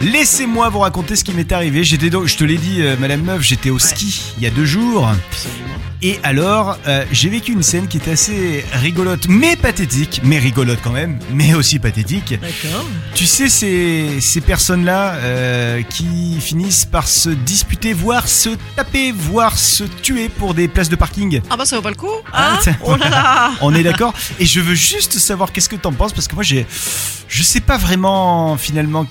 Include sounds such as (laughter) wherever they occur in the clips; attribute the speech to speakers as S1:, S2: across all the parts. S1: Laissez-moi vous raconter ce qui m'est arrivé. J'étais donc, je te l'ai dit, euh, Madame Meuf, j'étais au ski il y a deux jours. Et alors, euh, j'ai vécu une scène qui est assez rigolote, mais pathétique, mais rigolote quand même, mais aussi pathétique.
S2: D'accord.
S1: Tu sais, ces, ces personnes-là euh, qui finissent par se disputer, voire se taper, voire se tuer pour des places de parking.
S2: Ah bah ça vaut pas le coup
S1: Ah,
S2: Ah
S1: tiens,
S2: Oh là là
S1: On est
S2: (laughs)
S1: d'accord Et je veux juste savoir qu'est-ce que t'en penses parce que moi j'ai, je sais pas vraiment finalement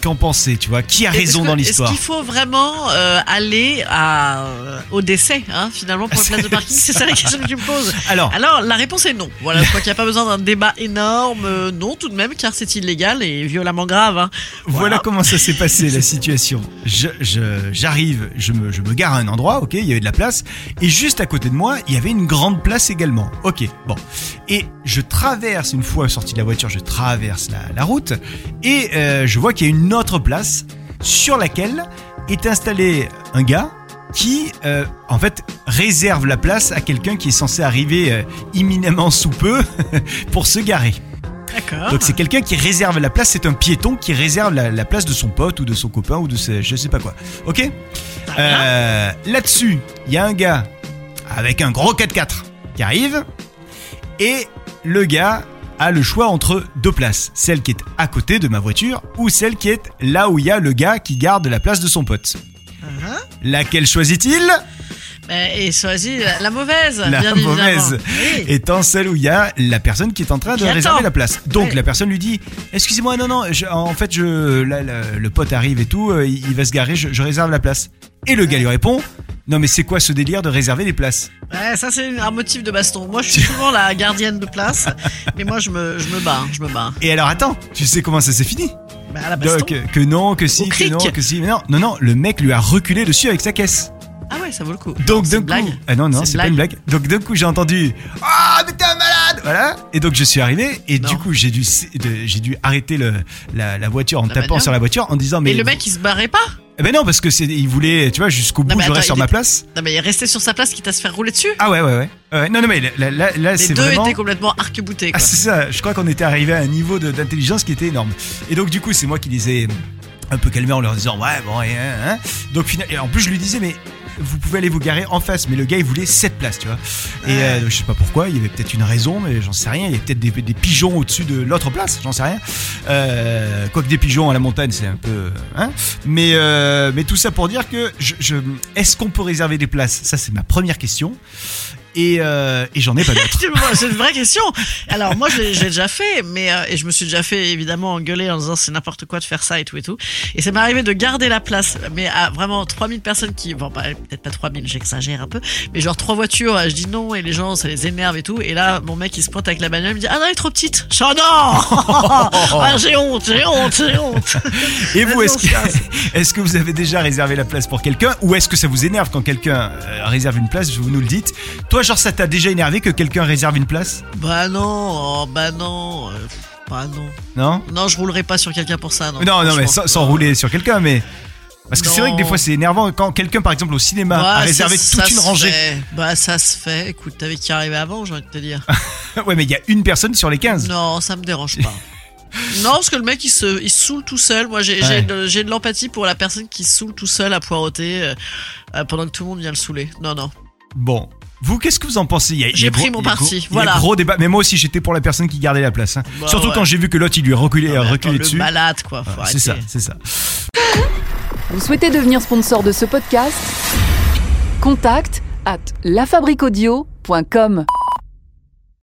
S1: qu'en penser. Tu vois, qui a (laughs)
S2: Est-ce
S1: raison
S2: que-
S1: dans l'histoire
S2: Est-ce qu'il faut vraiment euh, aller à, euh, au décès, hein, finalement, pour une place de parking C'est ça la question que tu me poses.
S1: Alors,
S2: Alors, la réponse est non. Voilà, je crois qu'il n'y a pas besoin d'un débat énorme. Euh, non, tout de même, car c'est illégal et violemment grave. hein.
S1: voilà. comment ça s'est passé la situation. Je, je- j'arrive, je me, je me gare à un endroit, ok, il y avait de la place, et juste à côté de moi, il y avait une grande place également. Ok, bon. Et je traverse, une fois sorti de la voiture, je traverse la, la route, et euh, je vois qu'il y a une autre place sur laquelle est installé un gars qui, euh, en fait, réserve la place à quelqu'un qui est censé arriver euh, imminemment sous peu (laughs) pour se garer.
S2: D'accord.
S1: Donc c'est quelqu'un qui réserve la place, c'est un piéton qui réserve la, la place de son pote ou de son copain ou de ses, je sais pas quoi. Ok Euh, Là-dessus, il y a un gars avec un gros 4x4 qui arrive et le gars a le choix entre deux places, celle qui est à côté de ma voiture ou celle qui est là où il y a le gars qui garde la place de son pote.
S2: Ah.
S1: Laquelle choisit-il
S2: Mais- Euh, Et choisis la- la mauvaise,
S1: La
S2: bien évidemment.
S1: mauvaise.
S2: Oui.
S1: étant celle où il y a la personne qui est en train de
S2: Qui attend.
S1: réserver la place. Donc
S2: Ouais.
S1: la personne lui dit Excusez-moi, non, non, je- en fait, je, là, le, le pote arrive et tout, euh, il, il va se garer, je, je réserve la place. Et le gars lui répond Non, mais c'est quoi ce délire de réserver les places
S2: Ouais, ça c'est un motif de baston. Moi je
S1: (laughs)
S2: suis souvent la gardienne de place, mais moi je me, je me bats, hein, je me bats.
S1: Et alors attends, tu sais comment ça s'est fini
S2: Bah, à la baston.
S1: Donc, Que non, que si,
S2: Au
S1: que
S2: cric.
S1: non, que si. Mais non, non, non, le mec lui a reculé dessus avec sa caisse.
S2: Ah ouais, ça vaut le coup.
S1: Donc
S2: C'est
S1: d'un
S2: une
S1: coup,
S2: blague.
S1: ah non non, c'est
S2: C'est une
S1: pas une blague. Donc d'un coup, j'ai entendu "Ah, mais t'es un malade." Voilà. Et donc je suis arrivé et
S2: Non.
S1: du coup, j'ai dû de- j'ai dû arrêter le, la, la voiture en
S2: La
S1: tapant
S2: bagnole.
S1: sur la voiture en disant mais
S2: Mais le mec il se barrait pas
S1: Eh ben non parce que c'est il voulait, tu vois, jusqu'au
S2: Non,
S1: bout,
S2: mais
S1: je
S2: attends,
S1: reste sur
S2: il
S1: ma
S2: était-
S1: place.
S2: Non mais il est resté sur sa place quitte à se faire rouler dessus.
S1: Ah ouais ouais ouais. Ouais, non non mais là là, là, là,
S2: Les
S1: c'est
S2: deux
S1: vraiment
S2: étaient complètement arc-boutés.
S1: Ah
S2: quoi.
S1: c'est ça, je crois qu'on était arrivé à un niveau de- d'intelligence qui était énorme. Et donc du coup, c'est moi qui les ai un peu calmés en leur disant ouais bon et, hein, hein. Donc final- et en plus je lui disais mais vous pouvez aller vous garer en face, mais le gars il voulait 7 places, tu vois. Et euh, je sais pas pourquoi, il y avait peut-être une raison, mais j'en sais rien. Il y avait peut-être des, des pigeons au-dessus de l'autre place, j'en sais rien. Euh, Quoique des pigeons à la montagne, c'est un peu. Hein mais, euh, mais tout ça pour dire que je, je- est-ce qu'on peut réserver des places Ça, c'est ma première question. Et, euh, et j'en ai pas d'autres.
S2: C'est (laughs) moi, c'est une vraie question. Alors moi je l'ai je l'ai déjà fait, mais euh, et je me suis déjà fait évidemment engueuler en disant c'est n'importe quoi de faire ça et tout et tout. Et ça m'est arrivé de garder la place, mais à vraiment 3000 personnes qui, bon bah, peut-être pas 3000, j'exagère un peu, mais genre trois voitures, euh, je dis non et les gens ça les énerve et tout. Et là mon mec il se pointe avec la bagnole, il me dit ah non elle est trop petite. Je dis, ah non, (laughs) Ah, j'ai honte, j'ai honte, j'ai honte. (laughs)
S1: Et vous,
S2: Ah
S1: est-ce
S2: non,
S1: que, est-ce que vous avez déjà réservé la place pour quelqu'un ou est-ce que ça vous énerve quand quelqu'un euh, réserve une place Vous nous le dites. Toi, genre, ça t'a déjà énervé que quelqu'un réserve une place
S2: Bah non, oh, bah non, euh, bah non.
S1: Non
S2: Non, je roulerai pas sur quelqu'un pour ça. Non,
S1: Non, non, mais
S2: franchement.
S1: sans, sans rouler sur quelqu'un, mais. Parce que c'est vrai que des
S2: Non.
S1: fois, c'est énervant quand quelqu'un, par exemple, au cinéma,
S2: Bah,
S1: a
S2: ça-
S1: réservé
S2: ça
S1: toute une
S2: se
S1: rangée.
S2: fait. Bah, ça se fait. Écoute, t'avais qui arriver avant, j'ai envie de te dire.
S1: Ah, (laughs) ouais, mais il y a une personne sur les 15.
S2: non, ça me dérange
S1: (laughs)
S2: pas. Non, parce que le mec il se, il se saoule tout seul. Moi j'ai
S1: Ouais.
S2: j'ai de, j'ai de l'empathie pour la personne qui se saoule tout seul à poireauter euh, euh, pendant que tout le monde vient le saouler. Non, non.
S1: Bon. Vous, qu'est-ce que vous en pensez Il y a- il y a
S2: J'ai
S1: gros-
S2: pris mon
S1: il y a gros-
S2: parti,
S1: il y a
S2: voilà.
S1: gros débat. Mais moi aussi, j'étais pour la personne qui gardait la place. hein.
S2: Bah,
S1: Surtout
S2: ouais.
S1: quand j'ai vu que l'autre, il lui a reculé, euh,
S2: Non, mais
S1: reculé
S2: attends,
S1: dessus.
S2: Le malade quoi, faut
S1: Voilà,
S2: arrêter.
S1: c'est ça, c'est ça.
S3: Vous souhaitez devenir sponsor de ce podcast Contact à lafabriquaudio.com.